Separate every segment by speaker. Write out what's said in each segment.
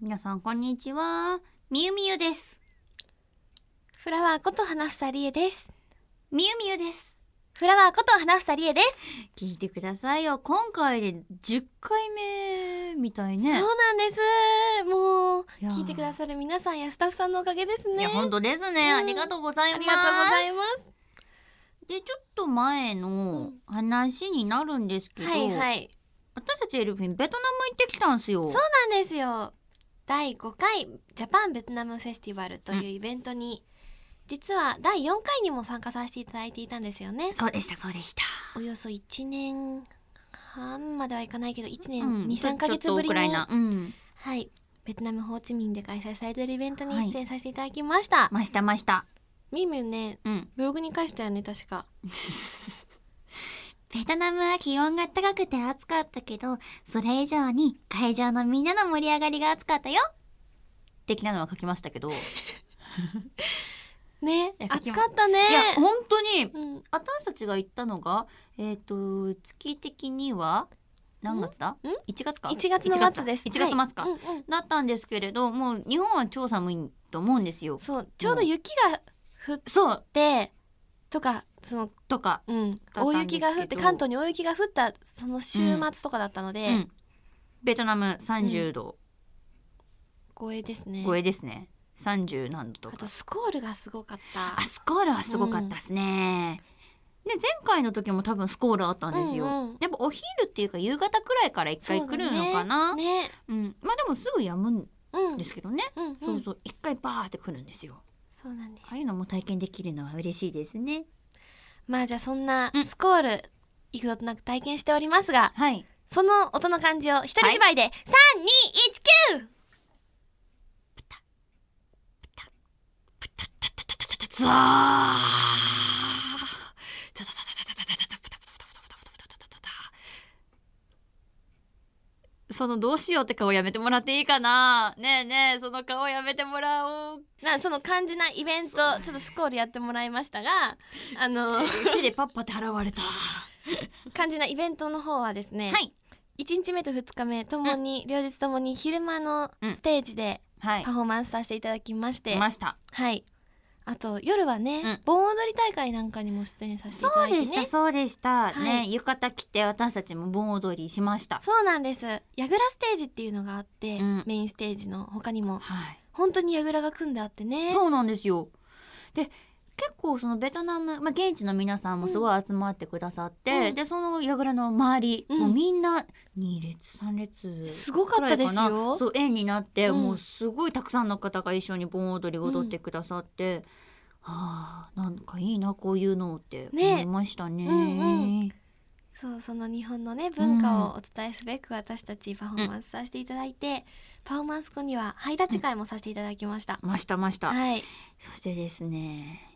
Speaker 1: 皆さんこんにちはみゆみゆです
Speaker 2: フラワーこと花房理恵です。
Speaker 1: みゆみゆです
Speaker 2: フラワーこと花房理恵です。
Speaker 1: 聞いてくださいよ今回で10回目みたいね
Speaker 2: そうなんです。もう
Speaker 1: いやー
Speaker 2: 聞いてくださる皆さんやスタッフさんのおかげです
Speaker 1: い
Speaker 2: ね。
Speaker 1: や本当ですね、
Speaker 2: うん
Speaker 1: ありがとうござい
Speaker 2: あ
Speaker 1: ます
Speaker 2: りがとうございます。
Speaker 1: でちょっと前の話になるんですけど、
Speaker 2: はいはい。
Speaker 1: 私たちエルフィンベトナム行ってきたんすよ
Speaker 2: そうなんですよ。第5回ジャパンベトナムフェスティバルというイベントに、実は第4回にも参加させていただいていたんですよね。
Speaker 1: そうでしたそうでした
Speaker 2: およそ1年半まではいかないけど1年
Speaker 1: うん
Speaker 2: 2、3ヶ
Speaker 1: ち
Speaker 2: 月
Speaker 1: ょっと
Speaker 2: ぶり
Speaker 1: くらい
Speaker 2: に、
Speaker 1: なうん
Speaker 2: はい、ベトナムホーチミンで開催されているイベント
Speaker 1: は
Speaker 2: に
Speaker 1: い
Speaker 2: 出演させていただきました。
Speaker 1: ましたました
Speaker 2: みみね
Speaker 1: うん
Speaker 2: ブログに返したよね確か
Speaker 1: ベトナムは気温が高くて暑かったけどそれ以上に会場のみんなの盛り上がりが暑かったよ的なのは書きましたけ ど、
Speaker 2: ね
Speaker 1: え書き
Speaker 2: 暑
Speaker 1: ま
Speaker 2: かったね
Speaker 1: いや本当に
Speaker 2: うん、
Speaker 1: 私たちが行ったのがえっ、と月的には何月だ
Speaker 2: んん
Speaker 1: ?1 月か
Speaker 2: 1月の末です
Speaker 1: 1月末か、
Speaker 2: はいうんうん
Speaker 1: だったんですけれどもう日本は超寒いと思うんですよ
Speaker 2: そうちょうど雪が降っ
Speaker 1: そう
Speaker 2: てとかその、
Speaker 1: とか、
Speaker 2: うん、
Speaker 1: たんですけど
Speaker 2: 大雪が降って関東に大雪が降ったその週末とかだったので、
Speaker 1: うんベトナム30度
Speaker 2: 光栄ですね
Speaker 1: 超えですね、30何度と
Speaker 2: あ
Speaker 1: か
Speaker 2: とスコールがすごかった
Speaker 1: あスコールはすごかったですね、で前回の時も多分スコールあったんですよ、
Speaker 2: うんうん
Speaker 1: やっぱお昼っていうか夕方くらいから一回来るのかなう、
Speaker 2: ねね
Speaker 1: ん、まあでもすぐやむん
Speaker 2: うん
Speaker 1: ですけどね、
Speaker 2: うん
Speaker 1: そううんそう一回バーって来るんですよ
Speaker 2: そうなんです
Speaker 1: ああいうのも体験できるのは嬉しいですね
Speaker 2: まあじゃあそんな
Speaker 1: うん
Speaker 2: スコール、幾度となく体験しておりますが
Speaker 1: はい
Speaker 2: その音の感じを一人芝居で、3219
Speaker 1: そのどうしようって顔やめてもらっていいかなねえねえその顔やめてもらおう
Speaker 2: まあその肝心なイベントちょっとスコールやってもらいま したがあの
Speaker 1: 手でパッパって払われたは
Speaker 2: 肝心なイベントの方はですね、
Speaker 1: い
Speaker 2: 1日目と2日目ともに、両日ともに昼間の
Speaker 1: うん
Speaker 2: ステージで
Speaker 1: はい
Speaker 2: パフォーマンスさせていただきまして、
Speaker 1: 出ました
Speaker 2: はいあと夜はね、
Speaker 1: うん
Speaker 2: 盆踊り大会なんかにも出演させていただいてねそう
Speaker 1: そうでした
Speaker 2: はい
Speaker 1: ね浴衣着て私たちも盆踊りしました
Speaker 2: なんですやぐらステージっていうのがあって、
Speaker 1: うん
Speaker 2: メインステージの他にも
Speaker 1: はい
Speaker 2: 本当にやぐらが組んであってね
Speaker 1: そうなんですよ。で結構そのベトナム、まあ、現地の皆さんもすごい集まってくださって、
Speaker 2: うん
Speaker 1: でその櫓の周り、
Speaker 2: うん
Speaker 1: もうみんな2列3列
Speaker 2: すごかったで
Speaker 1: く
Speaker 2: すよ
Speaker 1: らいかなそう円になって、
Speaker 2: うん
Speaker 1: もうすごいたくさんの方が一緒に盆踊りを踊ってくださって、はあなんかいいなこういうのって
Speaker 2: ね
Speaker 1: 思いましたね。
Speaker 2: うんうそうその日本のね文化をお伝えすべく私たちパフォーマンスさせていただいて、パフォーマンス後にはハイタッチ会もさせていただきました、
Speaker 1: ましたました、
Speaker 2: はい、
Speaker 1: そしてですね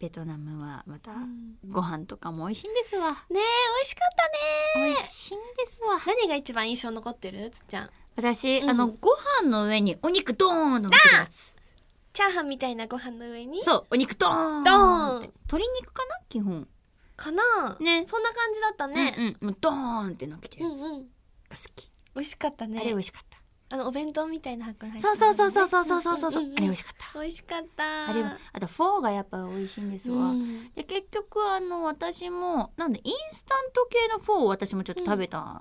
Speaker 1: ベトナムはまた
Speaker 2: うん
Speaker 1: ご飯とかも美味しいんですわ。
Speaker 2: ねえ美味しかったね
Speaker 1: 美味しいんですわ。
Speaker 2: 何が一番印象残ってるつっちゃん
Speaker 1: 私、
Speaker 2: うん
Speaker 1: あのご飯の上にお肉ドーンのってるやつ
Speaker 2: チャーハンみたいなご飯の上に
Speaker 1: そうお肉ドーン
Speaker 2: ドーン
Speaker 1: って鶏肉かな基本
Speaker 2: かな
Speaker 1: ね
Speaker 2: そんな感じだったね、
Speaker 1: ね、うんうん、もうドーンってのってる
Speaker 2: う
Speaker 1: や
Speaker 2: ん
Speaker 1: つ
Speaker 2: うん
Speaker 1: が好き、
Speaker 2: 美味しかったね
Speaker 1: あれ美味しかった、
Speaker 2: あのお弁当みたいな箱に入って
Speaker 1: そう
Speaker 2: た
Speaker 1: そうそうそうそうそうそうそう,、
Speaker 2: んん
Speaker 1: あ
Speaker 2: ん
Speaker 1: れ美味しかった
Speaker 2: 美味しかった
Speaker 1: あれはあとフォーがやっぱ美味しいんですわ、
Speaker 2: うん
Speaker 1: で結局あの私もなんでインスタント系のフォーを私もちょっと食べた、
Speaker 2: ほ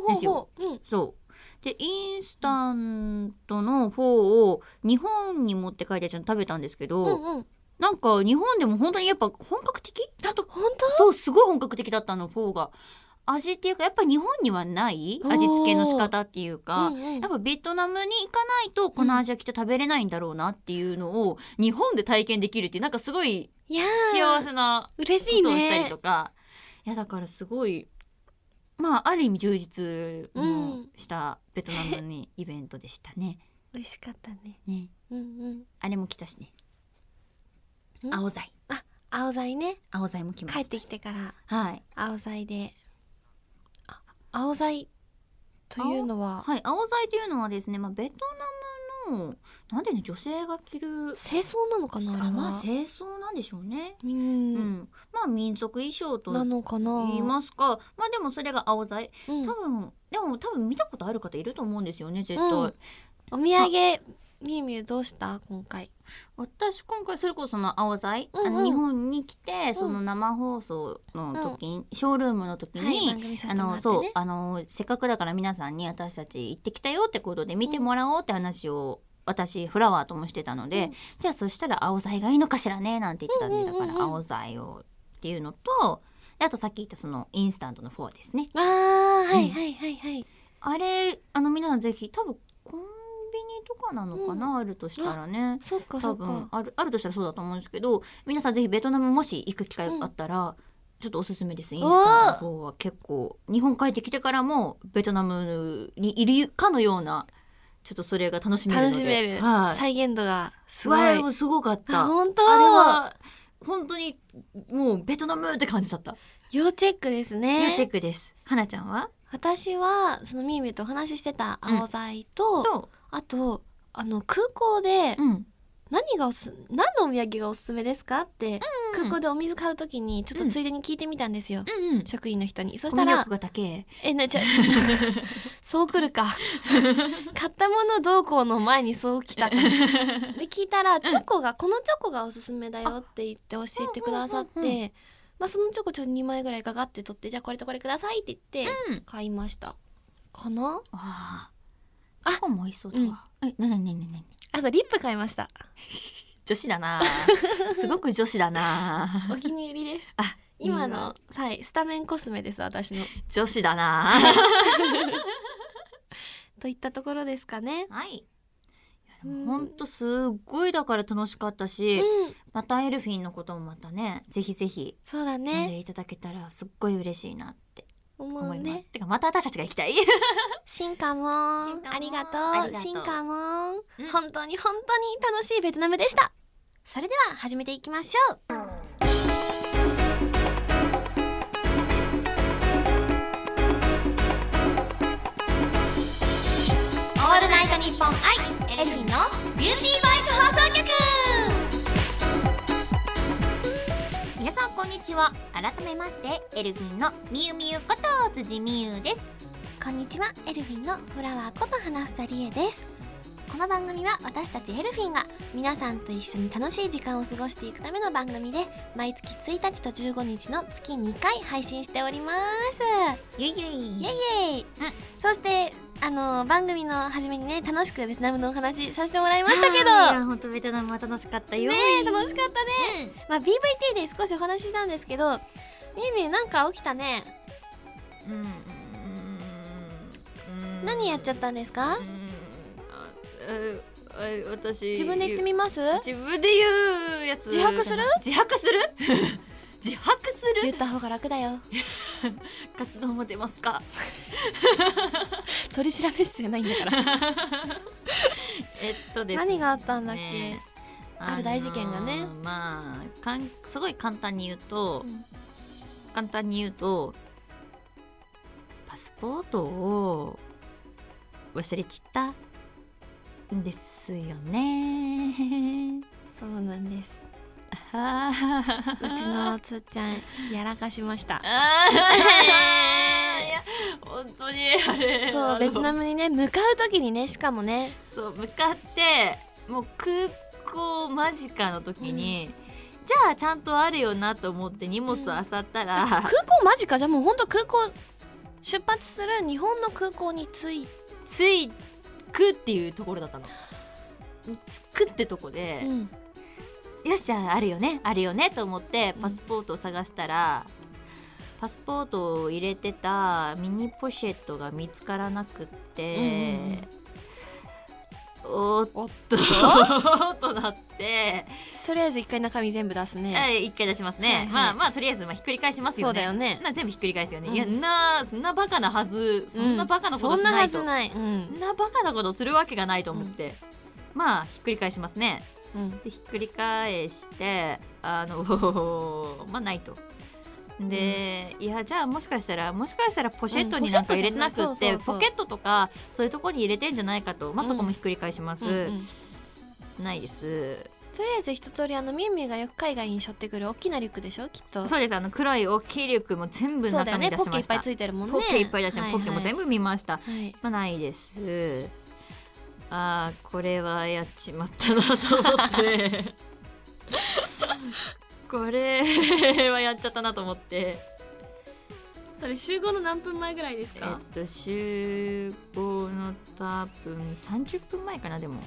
Speaker 2: うほう
Speaker 1: です
Speaker 2: ほ
Speaker 1: よ
Speaker 2: うほううん
Speaker 1: そうでインスタントのフォーを日本に持って帰ってちょっと食べたんですけど、
Speaker 2: うんうん
Speaker 1: なんか日本でも本当にやっぱ本格的ちゃんと
Speaker 2: 本当
Speaker 1: そうすごい本格的だったのフォーが味っていうかやっぱ日本にはない
Speaker 2: おー
Speaker 1: 味付けの仕方っていうか、
Speaker 2: うんうん
Speaker 1: やっぱベトナムに行かないとこの味はきっと食べれないんだろうなっていうのを日本で体験できるっていうなんかすごい
Speaker 2: いやー
Speaker 1: 幸せな
Speaker 2: 嬉し
Speaker 1: こ
Speaker 2: い
Speaker 1: とを
Speaker 2: ね
Speaker 1: したりとかいやだからすごいまあある意味充実もしたベトナムにイベントでしたね。
Speaker 2: 美味しかったね
Speaker 1: ね
Speaker 2: うんうん
Speaker 1: あれも来たしね
Speaker 2: ん
Speaker 1: 青菜
Speaker 2: 青菜ね
Speaker 1: 青菜も来ました
Speaker 2: 帰っ
Speaker 1: して
Speaker 2: きてから
Speaker 1: はい
Speaker 2: 青菜であ青菜というのは
Speaker 1: はい、青菜というのはですね、まあ、ベトナムのなんでね女性が着る
Speaker 2: 清掃なのかなあれ
Speaker 1: あ
Speaker 2: は、
Speaker 1: まあ清掃なんでしょうね。
Speaker 2: う
Speaker 1: うん
Speaker 2: ん、
Speaker 1: まあ民族衣装と
Speaker 2: なのかな
Speaker 1: 言いますかまあでもそれが青菜
Speaker 2: うん
Speaker 1: 多分、でも多分見たことある方いると思うんですよね絶対。
Speaker 2: うんお土産みゆみゆどうした今回
Speaker 1: 私今回それこそその青菜、
Speaker 2: うんうん
Speaker 1: あの日本に来て、
Speaker 2: ん
Speaker 1: その生放送の時に、ショールームの時に、
Speaker 2: はい番組さ
Speaker 1: あ
Speaker 2: せてもら
Speaker 1: の
Speaker 2: って
Speaker 1: そう
Speaker 2: ね
Speaker 1: あのせっかくだから皆さんに私たち行ってきたよってことで見てもらおうって話を、私フラワーともしてたので、
Speaker 2: うん
Speaker 1: じゃあそしたら青菜がいいのかしらねなんて言ってたんで、
Speaker 2: うんうんうんうん
Speaker 1: だから青菜をっていうのとであとさっき言ったそのインスタントのフォーですね
Speaker 2: あーはいはいはいはい、
Speaker 1: あれあの皆さんぜひ多分コンビニとかなのかな、あるとしたらね
Speaker 2: そっかそ
Speaker 1: 多
Speaker 2: っ
Speaker 1: 分
Speaker 2: か
Speaker 1: あるあるとしたらそうだと思うんですけど皆さんぜひベトナムもし行く機会があったら、ちょっとおすすめですインスタの方は結構日本帰ってきてからもベトナムにいるかのようなちょっとそれが楽しめるので
Speaker 2: 楽しめる、
Speaker 1: はい、
Speaker 2: 再現度がすごい
Speaker 1: わあもうすごかった
Speaker 2: あ
Speaker 1: あ
Speaker 2: 本当
Speaker 1: れは本当にもうベトナムって感じだった、
Speaker 2: 要チェックですね
Speaker 1: 要チェックですはなちゃんは
Speaker 2: 私はそのみゆみゆとお話ししてた青菜と、
Speaker 1: と、
Speaker 2: あとあの空港で
Speaker 1: うん、
Speaker 2: 何がおす何のお土産がおすすめですかって、空港でお水買うときにちょっとついでに聞いてみたんですよ、
Speaker 1: うんうん
Speaker 2: 職員の人にそし
Speaker 1: コミ
Speaker 2: た
Speaker 1: ュ
Speaker 2: ら
Speaker 1: 力が高え
Speaker 2: え なちゃそう来るか買ったものどうこうの前にそう来たかで聞いたらチョコがこのチョコがおすすめだよって言って教えてくださっ
Speaker 1: うんうんうん
Speaker 2: てまあそのチョコちょっと2枚ぐらいかかって取ってじゃあこれとこれくださいって言って
Speaker 1: うん
Speaker 2: 買いましたかな
Speaker 1: ああ
Speaker 2: あ
Speaker 1: チョコも美味しそうだわ、えなになになになに
Speaker 2: あとリップ買いました
Speaker 1: 女子だ なすごく女子だな
Speaker 2: お気に入りです
Speaker 1: あ
Speaker 2: 今のはいスタメンコスメです私の
Speaker 1: 女子だな
Speaker 2: といったところですかね
Speaker 1: はいいやでもほんとすっごいだから楽しかったし、
Speaker 2: うん
Speaker 1: またエルフィンのこともまたねぜひぜひ
Speaker 2: そうだ
Speaker 1: 読ん
Speaker 2: ね
Speaker 1: でいただけたらすっごい嬉しいなって
Speaker 2: 思
Speaker 1: 思
Speaker 2: う
Speaker 1: います、
Speaker 2: ね
Speaker 1: てかまた私たちが行き たい
Speaker 2: 進化もあ
Speaker 1: 進化も
Speaker 2: りが
Speaker 1: あ
Speaker 2: と
Speaker 1: りが
Speaker 2: う
Speaker 1: とう
Speaker 2: 進化も
Speaker 1: うん
Speaker 2: 本当に本当に楽しいベトナムでしたそれでは始めていきましょう
Speaker 1: オールナイトニッポンアイエルフィンのビューティーバイス放送局皆さんこんにちは改めましてエルフィンのみゆみゆこと辻みゆです
Speaker 2: こんにちはエルフィンのフラワーこと花房理恵ですこの番組は私たちエルフィンが皆さんと一緒に楽しい時間を過ごしていくための番組で毎月1日と15日の月2回配信しております
Speaker 1: ゆいゆい
Speaker 2: イエイイエイ、
Speaker 1: ん
Speaker 2: そしてあの番組の初めにね楽しくベトナムのお話させてもらいま
Speaker 1: ま
Speaker 2: し
Speaker 1: したた
Speaker 2: け
Speaker 1: け
Speaker 2: ど
Speaker 1: ど本当ベトナムは楽しかったよ
Speaker 2: ねえ楽しかったね
Speaker 1: ね、
Speaker 2: まあ、BVT で少しお話ししたんですけどみゆみゆなんか起きたね、
Speaker 1: うんうんうん
Speaker 2: 何やっちゃったんですか、
Speaker 1: うんあええ私
Speaker 2: 自分で言ってみます
Speaker 1: 自分で言うやつ
Speaker 2: 自白する
Speaker 1: 自白する自白する
Speaker 2: 言った方が楽だよ
Speaker 1: 活動も出ますか
Speaker 2: 取り調べ室じゃないんだから
Speaker 1: えっとですね
Speaker 2: 何があったんだっけ、ある大事件がね
Speaker 1: あのーまあかんすごい簡単に言うと、
Speaker 2: うん
Speaker 1: 簡単に言うとパスポートを忘れちったんですよね。
Speaker 2: そうなんです
Speaker 1: あは
Speaker 2: うちのつっちゃんやらかしまし
Speaker 1: あ
Speaker 2: た
Speaker 1: ーいや本当にあれ
Speaker 2: そうベトナ
Speaker 1: ム
Speaker 2: ムにね向かう時にねしかもね
Speaker 1: そう向かってもう空港間近の時に、じゃあちゃんとあるよなと思って荷物あさったら、
Speaker 2: 空港間近じゃんもうほんと空港出発する日本の空港に着いて、
Speaker 1: 着くっていうところだったの着くってとこで、
Speaker 2: ん、
Speaker 1: よしじゃああるよねあるよねと思って
Speaker 2: うん
Speaker 1: パスポートを探したら、パスポートを入れてたミニポシェットが見つからなくって、おっ
Speaker 2: おっ
Speaker 1: と となって、
Speaker 2: とりあえず一回中身全部出すね、
Speaker 1: はい一回出しますね、
Speaker 2: はいはい
Speaker 1: まあまあとりあえずまあひっくり返しますよね
Speaker 2: そうだよね
Speaker 1: な全部ひっくり返すよね、
Speaker 2: うん
Speaker 1: いやなそんなバカなはずそんなバカなことしないと、
Speaker 2: うんそんなはずない、うん
Speaker 1: そんなバカなことするわけがないと思って、まあひっくり返しますね
Speaker 2: うん、
Speaker 1: でひっくり返してあのまあないと。で、いやじゃあもしかしたらもしかしたらポシェット
Speaker 2: うん
Speaker 1: になんか
Speaker 2: ポシ
Speaker 1: 入
Speaker 2: ェッ
Speaker 1: れ
Speaker 2: ト
Speaker 1: て
Speaker 2: じゃない
Speaker 1: なくって、
Speaker 2: そうそうそう
Speaker 1: ポケットとかそういうとこに入れてんじゃないかと、まあ、
Speaker 2: うん
Speaker 1: そこもひっくり返します、
Speaker 2: うんうん
Speaker 1: ないです
Speaker 2: とりあえず一通りあのミンミンがよく海外に背負ってくる大きなリュックでしょきっと
Speaker 1: そうですあの黒い大きいリュックも全部
Speaker 2: そうだ
Speaker 1: 中
Speaker 2: よ
Speaker 1: に
Speaker 2: ね
Speaker 1: 出
Speaker 2: ポ
Speaker 1: し
Speaker 2: ッケ
Speaker 1: ま
Speaker 2: いっ
Speaker 1: し
Speaker 2: ぱい
Speaker 1: た、
Speaker 2: ついてるもんね
Speaker 1: ポッケいっぱい出して、ポッケも全
Speaker 2: 部
Speaker 1: 部見ました
Speaker 2: はい
Speaker 1: まあないですああこれはやっちまったなと思って これはやっちゃったなと思って
Speaker 2: それ集合の何分前ぐらいです
Speaker 1: えっ
Speaker 2: か、
Speaker 1: と集合の多分30分前かなでも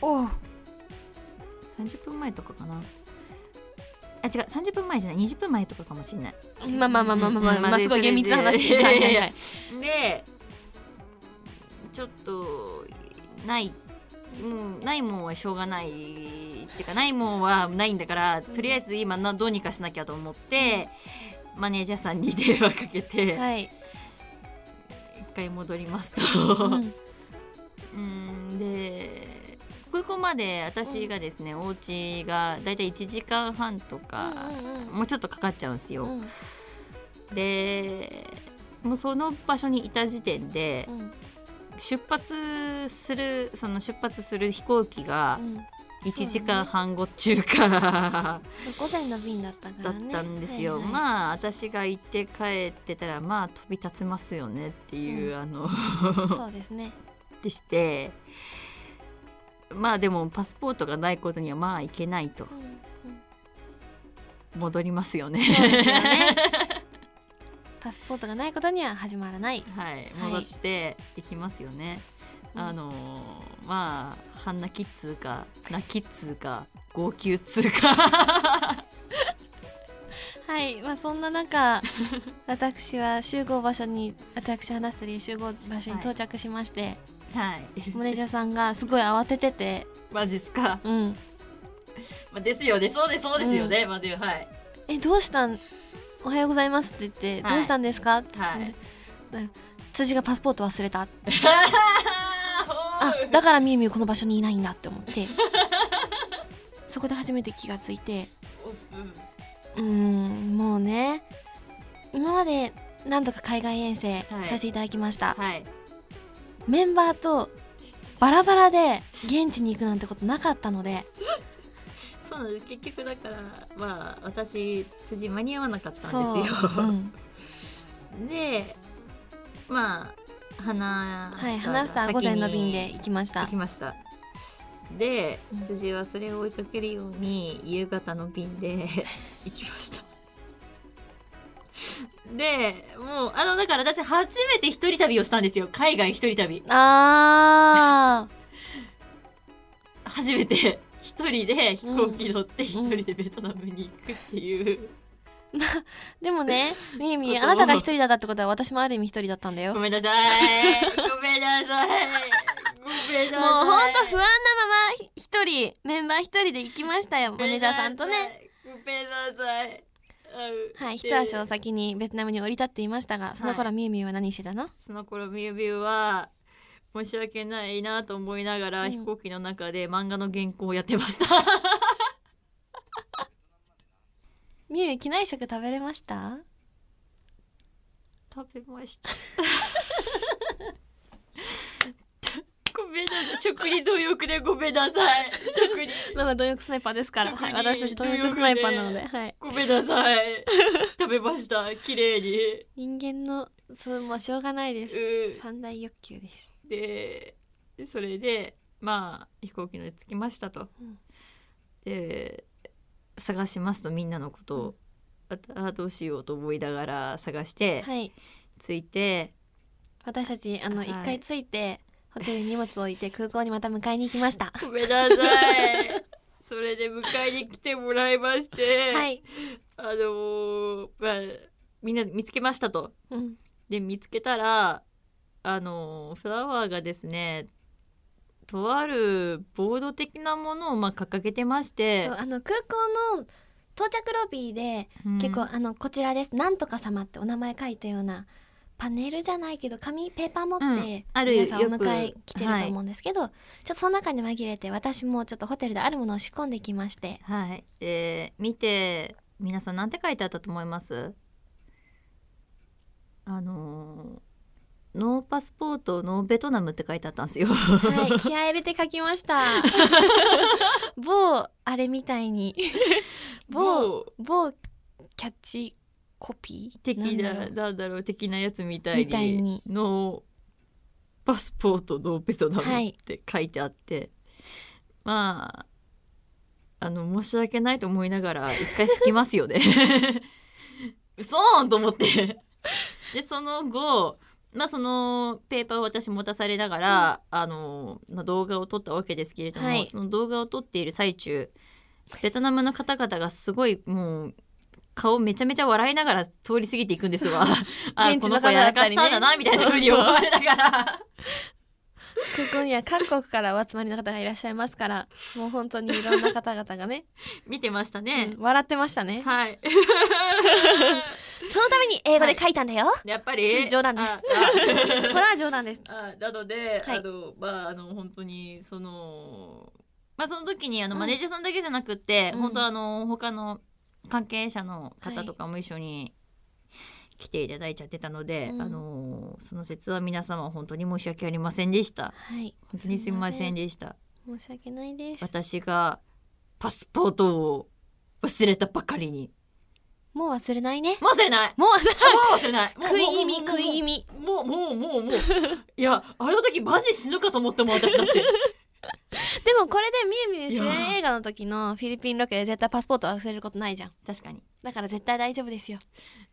Speaker 2: お
Speaker 1: 30分前とかかなあ違う30分前じゃない20分前とかかもしれない
Speaker 2: まあまあまあまあまあまあ、
Speaker 1: うん
Speaker 2: まあ、すごい厳密な話
Speaker 1: い
Speaker 2: で
Speaker 1: やいやい
Speaker 2: す
Speaker 1: やでちょっとないもうないもんはしょうがないっていうかないもんはないんだからとりあえず今などうにかしなきゃと思って、マネージャーさんに電話かけて、
Speaker 2: はい、
Speaker 1: 一回戻りますと、
Speaker 2: う
Speaker 1: うんんで空港まで私がですね、お家がだいたい1時間半とか、もうちょっとかかっちゃうんですよ。
Speaker 2: うんうん
Speaker 1: でもうその場所にいた時点で、
Speaker 2: うんうん
Speaker 1: 出発するその出発する飛行機が
Speaker 2: うん
Speaker 1: 1時間半後中か
Speaker 2: そう午前の便だったか
Speaker 1: だ
Speaker 2: ら
Speaker 1: っ
Speaker 2: ね
Speaker 1: たんですよ、
Speaker 2: はいはい
Speaker 1: まあ私が行って帰ってたらまあ飛び立ちますよねっていう、あの
Speaker 2: そうですね
Speaker 1: でしてまあでもパスポートがないことにはまあいけないと
Speaker 2: うんうん
Speaker 1: 戻りますよ
Speaker 2: そう
Speaker 1: ね。
Speaker 2: ですよねパスポートがないことには始まらない
Speaker 1: はい、
Speaker 2: はい
Speaker 1: 戻っていきますよね。
Speaker 2: うん
Speaker 1: あのーまあ半泣きっつうか泣きっつうか号泣っつうか
Speaker 2: はい、まあ、そんな中私は集合場所に私話すり集合場所に到着しまして、
Speaker 1: はい
Speaker 2: マネージャーさんがすごい慌ててて
Speaker 1: マジっすか、
Speaker 2: うん
Speaker 1: まあ、ですよねそうですそうですよね、まあではい
Speaker 2: えどうしたんおはようございますって言って、
Speaker 1: はい
Speaker 2: どうしたんですかって、
Speaker 1: はい
Speaker 2: ねだ私がパスポート忘 れたあ
Speaker 1: あ
Speaker 2: だからみゆみゆこの場所にいないんだって思って そこで初めて気がついてうーんもうね今まで何度か海外遠征
Speaker 1: はい
Speaker 2: させていただきました、
Speaker 1: はい
Speaker 2: メンバーとバラバラで現地に行くなんてことなかったので
Speaker 1: そうなんです結局だからまあ私辻間に合わなかったん
Speaker 2: そう、
Speaker 1: です
Speaker 2: う
Speaker 1: よ、
Speaker 2: ん、
Speaker 1: でまあ花
Speaker 2: はい花房午前の便で行きまし
Speaker 1: 行
Speaker 2: た
Speaker 1: きましたで
Speaker 2: うん
Speaker 1: 辻はそれを追いかけるように夕方の便 で行きましたでもうあのだから私初めて一人旅をしたんですよ海外一人旅
Speaker 2: あー
Speaker 1: 初めて 一人で飛行機乗って一人でベトナムに行くっていう、
Speaker 2: でも ね、みゆみゆ、
Speaker 1: ここ
Speaker 2: あなたが一人だったってことは私もある意味一人だったんだよ。
Speaker 1: ご
Speaker 2: も
Speaker 1: め
Speaker 2: う
Speaker 1: んなさいごめんなさいごめんなさい
Speaker 2: ほんと不安なままひ一人、メンバー一人で行きましたよ、マネージャーさんとね。
Speaker 1: ごめんなさいうん
Speaker 2: はい、一
Speaker 1: で
Speaker 2: 足を先にベトナムに降り立っていましたが、その頃みゆみゆは何してたの
Speaker 1: その頃みゆみゆは申し訳ないなと思いながら、
Speaker 2: うん
Speaker 1: 飛行機の中で漫画の原稿をやってました
Speaker 2: みゆみゆ、機内食食べれました
Speaker 1: 食べました ごめんなさい食に貪欲でごめんなさい食に
Speaker 2: ママ、貪欲スナイパーですから。
Speaker 1: 食
Speaker 2: はい、
Speaker 1: に
Speaker 2: 私たち貪欲スナイパーなので、
Speaker 1: 貪
Speaker 2: はい。
Speaker 1: ごめんなさ い食べました綺麗 に
Speaker 2: 人間の、そう、もうしょうがないです。
Speaker 1: う
Speaker 2: 三大欲求です。
Speaker 1: んでそれでまあ飛行機ので着きましたと、
Speaker 2: うん
Speaker 1: で探しますとみんなのことを、ああどうしようと思いながら探して、
Speaker 2: はい。
Speaker 1: 着いて
Speaker 2: 私たち、あの、
Speaker 1: はい
Speaker 2: 一回着いて、ホテルに荷物を置いて空港にまた迎えに行きました。
Speaker 1: ごめんなさい それで迎えに来てもらいまして、
Speaker 2: はい。
Speaker 1: あのーまあ、みんな見つけましたと
Speaker 2: うん。
Speaker 1: で見つけたらあのフラワーがですねとあるボード的なものをまあ掲げてまして
Speaker 2: そうあの空港の到着ロビーで、
Speaker 1: うん
Speaker 2: 結構あのこちらですなんとか様ってお名前書いたようなパネルじゃないけど紙ペーパー持って、
Speaker 1: うんある
Speaker 2: 皆さんお
Speaker 1: よく
Speaker 2: 迎え来てると思うんですけど、ちょっとその中に紛れて私もちょっとホテルであるものを仕込んできまして
Speaker 1: はい、えー見て皆さんなんて書いてあったと思いますあのーノーパスポートノーベトナムって書いてあったんですよ。
Speaker 2: はい気合い入れて書きました某あれみたいに某
Speaker 1: 某
Speaker 2: 某キャッチコピー
Speaker 1: 的
Speaker 2: んだ
Speaker 1: な
Speaker 2: ろう
Speaker 1: なんだろう的なやつみたいに
Speaker 2: みたいに
Speaker 1: ノーパスポートのベトナ
Speaker 2: は
Speaker 1: ム
Speaker 2: い
Speaker 1: って書いてあって、まああの申し訳ないと思いながら一回吹きますよね。そうと思ってでその後まあそのペーパーを私持たされながら、あのまあ、動画を撮ったわけですけれども、
Speaker 2: はい
Speaker 1: その動画を撮っている最中ベトナムの方々がすごいもう顔めちゃめちゃ笑いながら通り過ぎていくんです わ。あ
Speaker 2: 現
Speaker 1: この
Speaker 2: 地
Speaker 1: 子
Speaker 2: の方
Speaker 1: やら
Speaker 2: だっ
Speaker 1: か
Speaker 2: た
Speaker 1: し
Speaker 2: りね
Speaker 1: たんだなみたいなふうに思われなが ら。
Speaker 2: ここには韓国からお集まりの方がいらっしゃいますからもう本当にいろんな方々がね、
Speaker 1: 見てました
Speaker 2: うん
Speaker 1: ね。
Speaker 2: 笑ってましたね
Speaker 1: はい。
Speaker 2: そのために英語で書いたんだよ、
Speaker 1: やっぱ り
Speaker 2: 冗談です
Speaker 1: あ
Speaker 2: こ れは冗談です
Speaker 1: ああなので、
Speaker 2: はい
Speaker 1: あのまああの本当にそのまあその時にあの、
Speaker 2: うん
Speaker 1: マネージャーさんだけじゃなくって、
Speaker 2: うん
Speaker 1: 本当あの他の関係者の方とかも一緒に来ていただいちゃってたので、
Speaker 2: うん
Speaker 1: あのその説は皆様本当に申し訳ありませんでした。
Speaker 2: はい
Speaker 1: 本当にすみませんでした。
Speaker 2: 申し訳ないです
Speaker 1: 私がパスポートを忘れたばかりに。
Speaker 2: もう忘れないね
Speaker 1: もう忘れない。
Speaker 2: もう忘れ
Speaker 1: もう忘れない。もう
Speaker 2: 食い気味
Speaker 1: もうもうもう
Speaker 2: 食い
Speaker 1: もうもうも
Speaker 2: 気味
Speaker 1: うもういやあの時マジで死ぬかと思ったもん私だって
Speaker 2: でもこれでみゆみゆ主
Speaker 1: いや
Speaker 2: 演映画の時のフィリピンロケで絶対パスポート忘れることないじゃん
Speaker 1: 確かに
Speaker 2: だから絶対大丈夫ですよ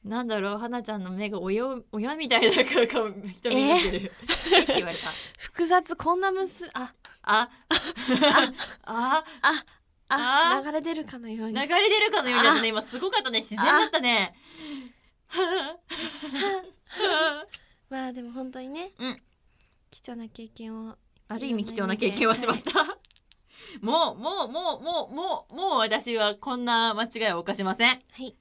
Speaker 1: なんだろう花ちゃんの目が親を親みたいな顔顔人見えてる、えって言われた
Speaker 2: 複雑こんなむすあ
Speaker 1: ああ
Speaker 2: ああ
Speaker 1: あ
Speaker 2: 流れ出るかのよう
Speaker 1: 流れ
Speaker 2: に
Speaker 1: 出るかのようだったね今すごかったね自然だったね
Speaker 2: まあでも本当にね、
Speaker 1: うん
Speaker 2: 貴重な経験を
Speaker 1: ある意味貴重な経験をしました もうもうもうもうもうもう私はこんな間違いを犯しません
Speaker 2: はい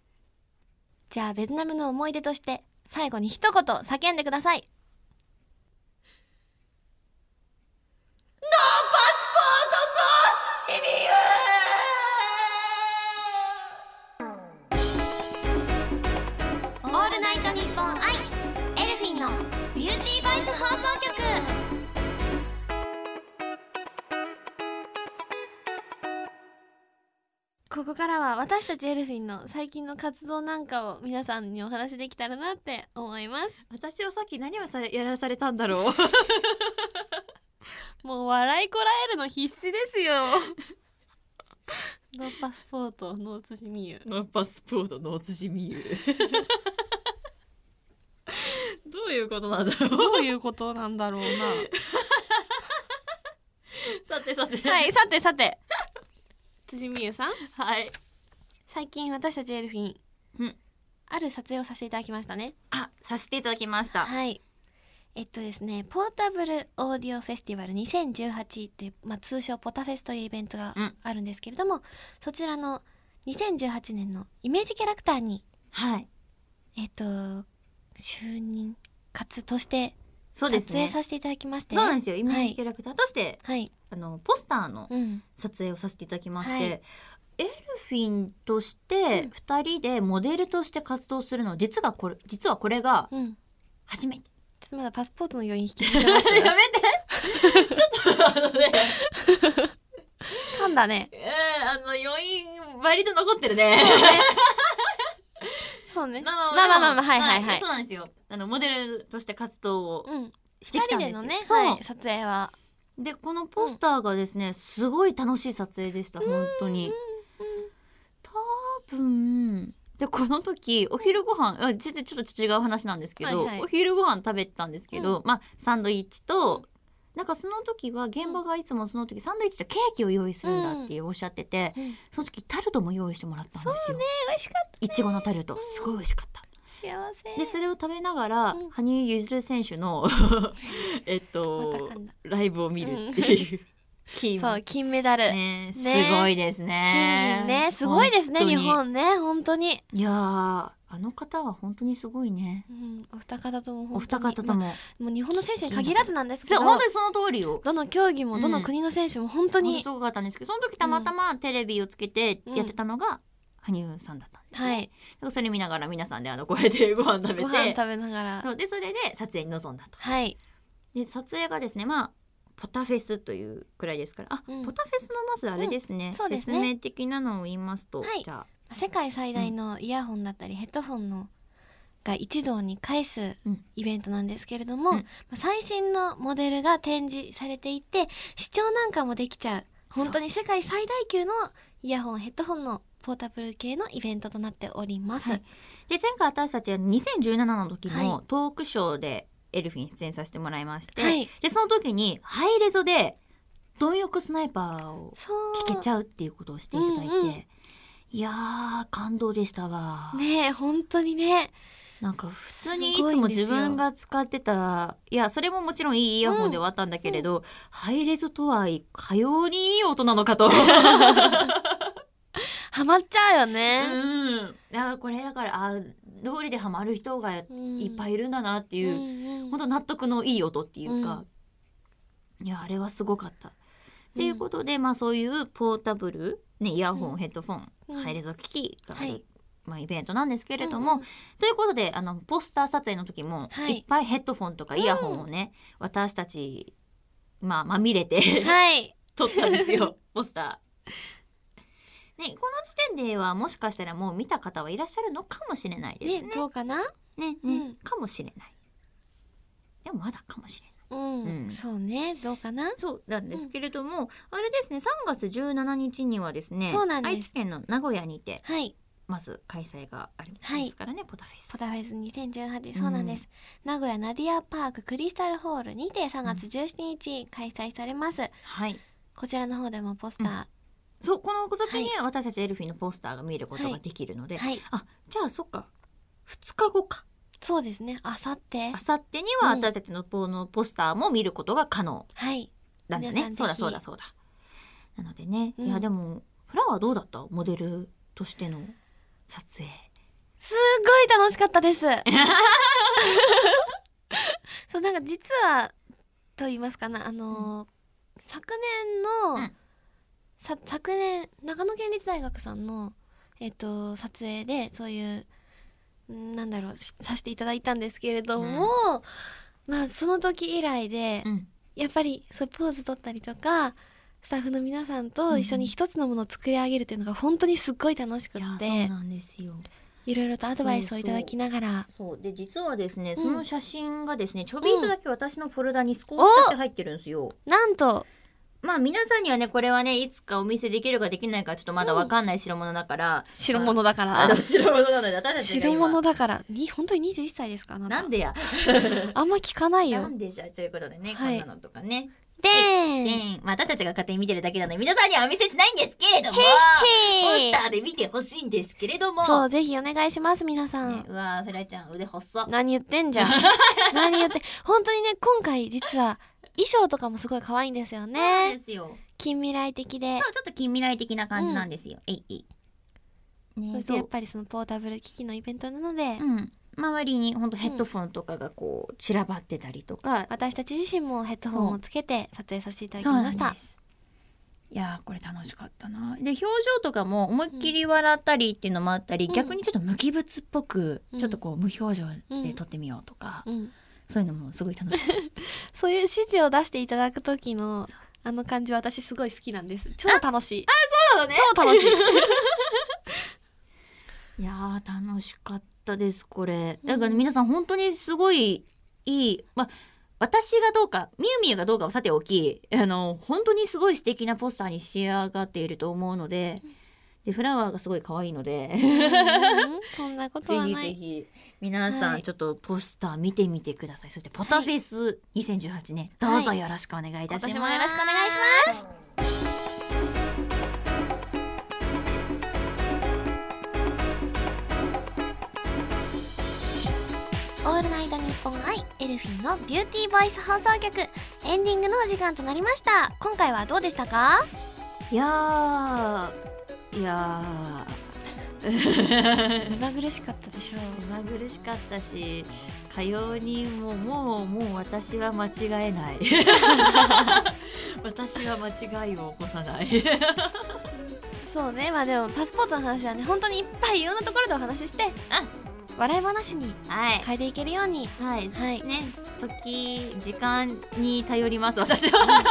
Speaker 2: じゃあベトナムの思い出として最後に一言叫んでください
Speaker 1: オ
Speaker 2: オイトニッポンアイエルフィンのビューティーバイス放送局ここからは私たちエルフィンの最近の活動なんかを皆さんにお話できたらなって思い ます
Speaker 1: 私はさっき何をされやらされたんだろう
Speaker 2: もう笑いこらえるの必死ですよ ノーパスポートノーツジミユ
Speaker 1: ノー パスポートの辻美 優どういうことなんだろう
Speaker 2: どういうことなんだろうな
Speaker 1: さてさて
Speaker 2: はいさてさて辻美優さん
Speaker 1: はい
Speaker 2: 最近私たちエルフィン、
Speaker 1: うん
Speaker 2: ある撮影をさせていただきましたね
Speaker 1: あさせていただきました
Speaker 2: はいえっとですねポータブルオーディオフェスティバル2018っていう、まあ、通称ポタフェスというイベントが
Speaker 1: うん
Speaker 2: あるんですけれども、そちらの2018年のイメージキャラクターに
Speaker 1: はい
Speaker 2: えっと就任活として
Speaker 1: そうで
Speaker 2: 撮
Speaker 1: す
Speaker 2: 影
Speaker 1: ね
Speaker 2: させていただきまして
Speaker 1: そうなんですよイメージキャラクターとして、
Speaker 2: はい、
Speaker 1: あのポスターの
Speaker 2: うん、
Speaker 1: 撮影をさせていただきまして、
Speaker 2: はい
Speaker 1: エルフィンとし
Speaker 2: う
Speaker 1: て
Speaker 2: ん
Speaker 1: 2人でモデルとして活動するの実がこれ実はこれが
Speaker 2: うん、
Speaker 1: 初 めて
Speaker 2: ちょっとまだパスポートの余韻引きずってます
Speaker 1: やめて ちょっとあのね
Speaker 2: 噛んだね
Speaker 1: えー、あの余韻割と残ってるね。
Speaker 2: そうねまあまあまあまあはいはいはい
Speaker 1: そうなんですよ。あのモデルとして活動を
Speaker 2: うん
Speaker 1: して
Speaker 2: 二
Speaker 1: きた
Speaker 2: 人
Speaker 1: んで
Speaker 2: です
Speaker 1: よ。
Speaker 2: のね
Speaker 1: そう、
Speaker 2: はい撮影は
Speaker 1: でこのポスターがですね、すごい楽しい撮影でした本当に。多分でこの時お昼ご飯あ実はちょっと違う話なんですけど、
Speaker 2: はいはい
Speaker 1: お昼ご飯食べたんですけど、まあサンドイッチと。なんかその時は現場がいつもその時サンドイッチとケーキを用意するんだっておっしゃってて、
Speaker 2: うんうん
Speaker 1: その時タルトも用意してもらったんですよ。
Speaker 2: 美味しかっ
Speaker 1: いちごのタルトすごい美味しかった。
Speaker 2: た幸せ
Speaker 1: でそれを食べながら、
Speaker 2: うん
Speaker 1: 羽生結弦選手の えっ
Speaker 2: また
Speaker 1: と
Speaker 2: 噛んだ
Speaker 1: ライブを見るっていう、金
Speaker 2: そう金メダル、
Speaker 1: ねす
Speaker 2: ね
Speaker 1: ごいです
Speaker 2: 金
Speaker 1: ね。
Speaker 2: 銀ねすごいですね
Speaker 1: 本当
Speaker 2: 日
Speaker 1: に
Speaker 2: 本ね本当に、
Speaker 1: いやーあの方は本当にすごいね。
Speaker 2: うん、お二方とも本当に
Speaker 1: お二方と
Speaker 2: ま
Speaker 1: も、
Speaker 2: あもう日本の選手に限らずなんです
Speaker 1: そ
Speaker 2: け
Speaker 1: う
Speaker 2: ど
Speaker 1: 本当にその通りよ。
Speaker 2: どの競技もど
Speaker 1: う
Speaker 2: の
Speaker 1: ん
Speaker 2: 国の選手も本当
Speaker 1: 本当に
Speaker 2: に、
Speaker 1: すごかったんですけど、その時たまたまテレビをつけてやってたのが羽生さんだったんですね、
Speaker 2: は
Speaker 1: だ
Speaker 2: い
Speaker 1: からそれ見ながら皆さんであのこうやってご飯食べて、
Speaker 2: ご飯食べながら
Speaker 1: そうでそれで撮影に臨んだと。
Speaker 2: はい
Speaker 1: で撮影がですねまあポタフェスというくらいですからあ、
Speaker 2: うん
Speaker 1: ポタフェスのまずあれですね,、
Speaker 2: んそうですね
Speaker 1: 説明的なのを言いますと、
Speaker 2: はい
Speaker 1: じゃあ
Speaker 2: 世界最大のイヤホンだったりヘッドホンのが一堂に会す
Speaker 1: うん
Speaker 2: イベントなんですけれども、
Speaker 1: うん
Speaker 2: まあ最新のモデルが展示されていて視聴なんかもできちゃう本当に世界最大級のイヤホンヘッドホンのポータブル系のイベントとなっております。
Speaker 1: はいで前回私たちは2017の時
Speaker 2: は
Speaker 1: もトークショーでエルフィン出演させてもらいまして、
Speaker 2: はい
Speaker 1: でその時にハイレゾで貪欲スナイパーを
Speaker 2: そう
Speaker 1: 聞けちゃうっていうことをしていただいて、
Speaker 2: うんうん
Speaker 1: いやー感動でしたわ、
Speaker 2: ねえ本当にね
Speaker 1: なんか普通にい
Speaker 2: すごい
Speaker 1: つ
Speaker 2: ん
Speaker 1: も
Speaker 2: ですよ
Speaker 1: 自分が使ってたいやそれももちろんいいイヤホンではあったんだけれど、ハイレゾとはいいかようにいい音なのか と。
Speaker 2: ハマっちゃうよね。
Speaker 1: うん、あこれだからあ道理でハマる人がいっぱいいるんだなって
Speaker 2: い
Speaker 1: いう、
Speaker 2: うん
Speaker 1: 本当納得のいい音っていうか、いやあれはすごかった。っていうことで、まあそういうポータブル、ね、イヤホン、
Speaker 2: うん
Speaker 1: ヘッドフォン、
Speaker 2: うん
Speaker 1: ハイレゾ機器があ
Speaker 2: は
Speaker 1: る、
Speaker 2: い
Speaker 1: まあ、イベントなんですけれども、ということであのポスター撮影の時も、
Speaker 2: はい
Speaker 1: い、っぱいヘッドフォンとかイヤホンをね、私たち、まあ、まみれて
Speaker 2: うんはい
Speaker 1: 撮ったんですよポスター。ね、この時点ではもしかしたらもう見た方はいらっしゃるのかもしれないです
Speaker 2: ね
Speaker 1: ね。
Speaker 2: どうかな
Speaker 1: ねね
Speaker 2: うん
Speaker 1: かもしれない。でもまだかもしれない。
Speaker 2: うん、
Speaker 1: うん
Speaker 2: そうねどうかな
Speaker 1: そうなんですけれども、あれですね3月17日にはですね
Speaker 2: そうなんです
Speaker 1: 愛知県の名古屋にて
Speaker 2: はい
Speaker 1: まず開催がありますからね、ポタフェス
Speaker 2: ポ。タフェス2018そうなんです、名古屋ナディアパーククリスタルホールにて3月17日開催されます、
Speaker 1: はい、
Speaker 2: こちらの方でもポスター、
Speaker 1: そうこの時には私たちエルフィンのポスターが見ることができるので、
Speaker 2: はい
Speaker 1: あじゃあそっか2日後か
Speaker 2: そうですねあさって
Speaker 1: あさってには
Speaker 2: うん
Speaker 1: 私たちのポのポスターも見ることが可能
Speaker 2: はい
Speaker 1: なんだ
Speaker 2: 皆さ
Speaker 1: ね
Speaker 2: ん
Speaker 1: そうだ
Speaker 2: ぜひ
Speaker 1: そうだそうだなのでね、
Speaker 2: うん
Speaker 1: いやでもフラワーどうだったモデルとしての撮影
Speaker 2: すごい楽しかったです そうなんか実はと言いますかなあのー昨年の、
Speaker 1: うん
Speaker 2: さ昨年長野県立大学さんのえっと撮影でそういうんなんだろうしさせていただいたんですけれども、まあその時以来で、
Speaker 1: うん
Speaker 2: やっぱりそうポーズ取ったりとかスタッフの皆さんと一緒に一つのものを作り上げるっていうのが本当にすっごい楽しく
Speaker 1: いや
Speaker 2: っ
Speaker 1: そう
Speaker 2: て
Speaker 1: なんですよ
Speaker 2: いろいろとアドバイスをいただきながら
Speaker 1: そうで実はですね、
Speaker 2: うん
Speaker 1: その写真がですねちょびっとだけ私のフォルダに少しだけ入ってるんですよ。
Speaker 2: なんと
Speaker 1: まあ皆さんにはねこれはねいつかお見せできるかできないかちょっとまだわかんない代物だから、
Speaker 2: 白物だか
Speaker 1: あ
Speaker 2: ら
Speaker 1: の白物なので私たちが
Speaker 2: 白
Speaker 1: 今
Speaker 2: 物だからに本当に21歳ですかあな
Speaker 1: な
Speaker 2: た
Speaker 1: んでや
Speaker 2: あんま聞かない
Speaker 1: な
Speaker 2: よ
Speaker 1: んでじゃということでね、
Speaker 2: はい
Speaker 1: こんなのとかね、
Speaker 2: で
Speaker 1: で
Speaker 2: ーん
Speaker 1: まあ、私たちが勝手に見てるだけなので皆さんにはお見せしないんですけれどもポ
Speaker 2: へ
Speaker 1: ス
Speaker 2: い
Speaker 1: ターで見てほしいんですけれども
Speaker 2: そうぜひお願いします皆さ
Speaker 1: ね
Speaker 2: ん
Speaker 1: うわーフラちゃん腕細っ
Speaker 2: 何言ってん じゃん何言って本当にね今回実は衣装とかもすごい可愛いんですよ
Speaker 1: そう
Speaker 2: ね
Speaker 1: ですよ
Speaker 2: 近未来的で
Speaker 1: そうちょっと近未来的な感じなんですよ、えいえい
Speaker 2: そ
Speaker 1: ね
Speaker 2: して
Speaker 1: そ
Speaker 2: やっ
Speaker 1: う
Speaker 2: ぱりそのポータブル機器のイベントなので
Speaker 1: うん周りに本当ヘッドフォンとかがこう散らばってたりとか、
Speaker 2: 私たち自身もヘッドホンをつけて撮影させていただき
Speaker 1: そうなん
Speaker 2: ま
Speaker 1: で
Speaker 2: し
Speaker 1: す
Speaker 2: た
Speaker 1: いやーこれ楽しかったなで表情とかも思いっきり笑ったりっていうのもあったり、
Speaker 2: うん
Speaker 1: 逆にちょっと無機物っぽく、
Speaker 2: うん
Speaker 1: ちょっとこう無表情で撮ってみようとか、
Speaker 2: うん
Speaker 1: そういうのもすごい楽しかっ
Speaker 2: そういう指示を出していただく時のあの感じは私すごい好きなんです超楽しい
Speaker 1: たそうだ
Speaker 2: 超楽し い
Speaker 1: いやー楽しかったですこれ
Speaker 2: うん
Speaker 1: だから、皆さん本当にすごいいいまあ私がどうかみゆみゆがどうかはさておきあの本当にすごい素敵なポスターに仕上がっていると思うのででフラワーがすごい可愛いので
Speaker 2: そんなこと
Speaker 1: ぜ
Speaker 2: は
Speaker 1: ひ
Speaker 2: な
Speaker 1: ぜ
Speaker 2: い
Speaker 1: ひ皆さん、
Speaker 2: はい
Speaker 1: ちょっとポスター見てみてくださいそしてポタフェス2018年、どうぞよろしくお願いいたします、
Speaker 2: 今年もよろしくお願いしますオールナイトニッポンアイエルフィンのビューティーボイス放送局エンディングのお時間となりました今回はどうでしたか
Speaker 1: いやーいやー
Speaker 2: 目まぐるしかったでしょう
Speaker 1: 目まぐるしかったしかようにもうもうもう私は間違えない私は間違いを起こさない
Speaker 2: そうねまあでもパスポートの話はね本当にいっぱいいろんなところでお話しして笑い話に
Speaker 1: はい
Speaker 2: 変えていけるように
Speaker 1: はい、
Speaker 2: はい
Speaker 1: ね時時間に頼ります私は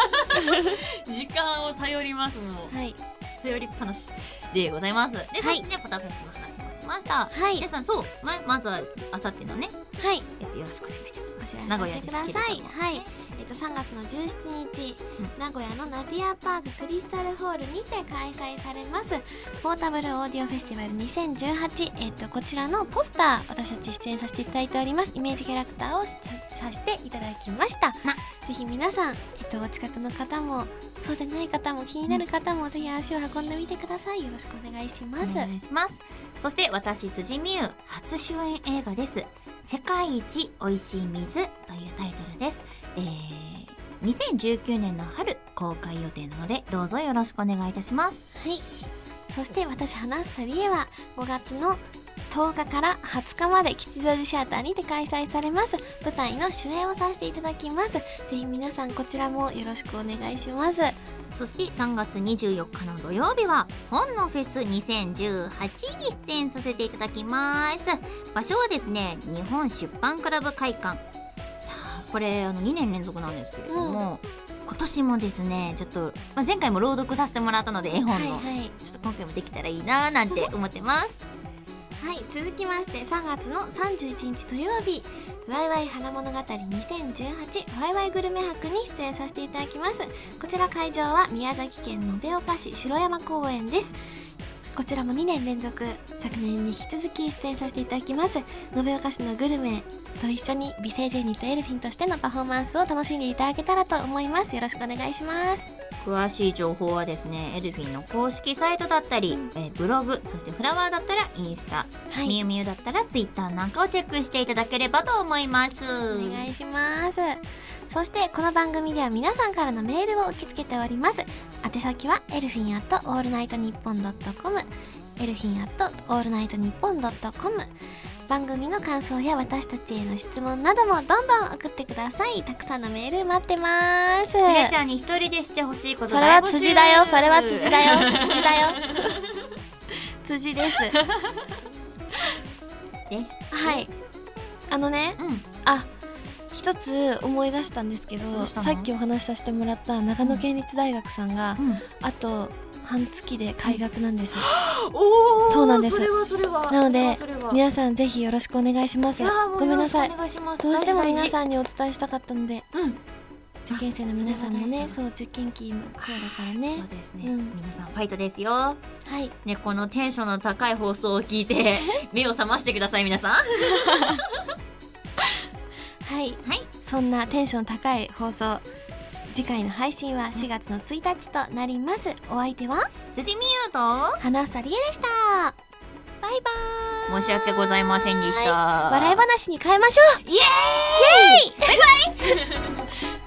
Speaker 1: 時間を頼りますもう
Speaker 2: はい
Speaker 1: 頼りっぱなしでございますで、
Speaker 2: はい
Speaker 1: そしてねポタフェスの話もしました
Speaker 2: はい
Speaker 1: 皆さんそうままずはあさってのね
Speaker 2: はい
Speaker 1: やつよろしくお願いいたしま
Speaker 2: お知らせ
Speaker 1: 名
Speaker 2: さ
Speaker 1: 古
Speaker 2: せ
Speaker 1: 屋
Speaker 2: て
Speaker 1: です
Speaker 2: くださ
Speaker 1: け
Speaker 2: い
Speaker 1: れども
Speaker 2: はいえっと3月の17日、
Speaker 1: うん
Speaker 2: 名古屋のナディアパーククリスタルホールにて開催されますポータブルオーディオフェスティバル2018えっとこちらのポスター私たち出演させていただいておりますイメージキャラクターをささせていただきましたぜ
Speaker 1: な
Speaker 2: ひ皆さんえっとお近くの方もそうでない方も気になる方も、ぜひ足を運んでみてくださいよろしくお願いします
Speaker 1: お
Speaker 2: す
Speaker 1: 願いしますそして私辻美優初主演映画です世界一おいしい水というタイトルですえー2019年の春公開予定なのでどうぞよろしくお願いいたします
Speaker 2: はい。そして私花さりえは5月の10日から20日まで吉祥寺シアターにて開催されます舞台の主演をさせていただきますぜひ皆さんこちらもよろしくお願いしますは
Speaker 1: そして3月24日の土曜日は本のフェス2018に出演させていただきます場所はですね日本出版クラブ会館いやーこれあの2年連続なんですけれども、今年もですねちょっと、まあ、前回も朗読させてもらったので絵
Speaker 2: い
Speaker 1: 本の、
Speaker 2: はい
Speaker 1: ちょっと今回もできたらいいなーなん て思ってます
Speaker 2: はい続きまして3月の31日土曜日「ワイワイ花物語2018ワイワイグルメ博」に出演させていただきますこちら会場は宮崎県延岡市城山公園ですこちらも2年連続昨年に引き続き出演させていただきます延岡市のグルメと一緒に美声ジェニーとエルフィンとしてのパフォーマンスを楽しんでいただけたらと思いますよろしくお願いします
Speaker 1: 詳しい情報はですねエルフィンの公式サイトだったり、
Speaker 2: うん
Speaker 1: えーブログそしてフラワーだったらインスタ
Speaker 2: は
Speaker 1: みゆみゆだったらツイッターなんかをチェックしていただければと思います。
Speaker 2: お願いしますそしてこの番組では皆さんからのメールを受け付けております宛先はエルフィンアットオールナイトニッポンドットコムエルフィンアットオールナイトニッポンドットコム番組の感想や私たちへの質問などもどんどん送ってくださいたくさんのメール待ってます
Speaker 1: みらちゃんに一人でしてほしいこと
Speaker 2: それ
Speaker 1: 大
Speaker 2: は
Speaker 1: 募集
Speaker 2: 辻だよそれは辻だ よ辻だよ辻です
Speaker 1: です。
Speaker 2: はいあのね
Speaker 1: うん。
Speaker 2: あ一つ思い出したんですけ
Speaker 1: ど
Speaker 2: ど
Speaker 1: うした
Speaker 2: さ
Speaker 1: の
Speaker 2: っきお話しさせてもらった長野県立大学さんが、
Speaker 1: うん、
Speaker 2: あと半月で開学なんです、
Speaker 1: お
Speaker 2: ーそうなんです
Speaker 1: それはそれは。
Speaker 2: なので
Speaker 1: それはそれは
Speaker 2: 皆さんぜひよろしくお願いします
Speaker 1: いやーもう
Speaker 2: ごめんなさい
Speaker 1: よろしくお願いします
Speaker 2: どうしても皆
Speaker 1: ん。
Speaker 2: さんにお伝えしたかったので
Speaker 1: うん。
Speaker 2: 受験生の皆さんもね
Speaker 1: そ
Speaker 2: そう受験期もそうだから
Speaker 1: そ
Speaker 2: ね
Speaker 1: うですね。
Speaker 2: うん
Speaker 1: 皆さんファイトですよ。
Speaker 2: はい
Speaker 1: ねこのテンションの高い放送を聞い て目を覚ましてください皆さん。は
Speaker 2: はい
Speaker 1: い。
Speaker 2: そんなテンション高い放送次回の配信は4月の1日となりますお相手は
Speaker 1: 辻美優と
Speaker 2: 花さりえでしたバイバーイ
Speaker 1: 申し訳ございませんでした。
Speaker 2: 笑い話に変えましょう
Speaker 1: イエーイ。バイバイ。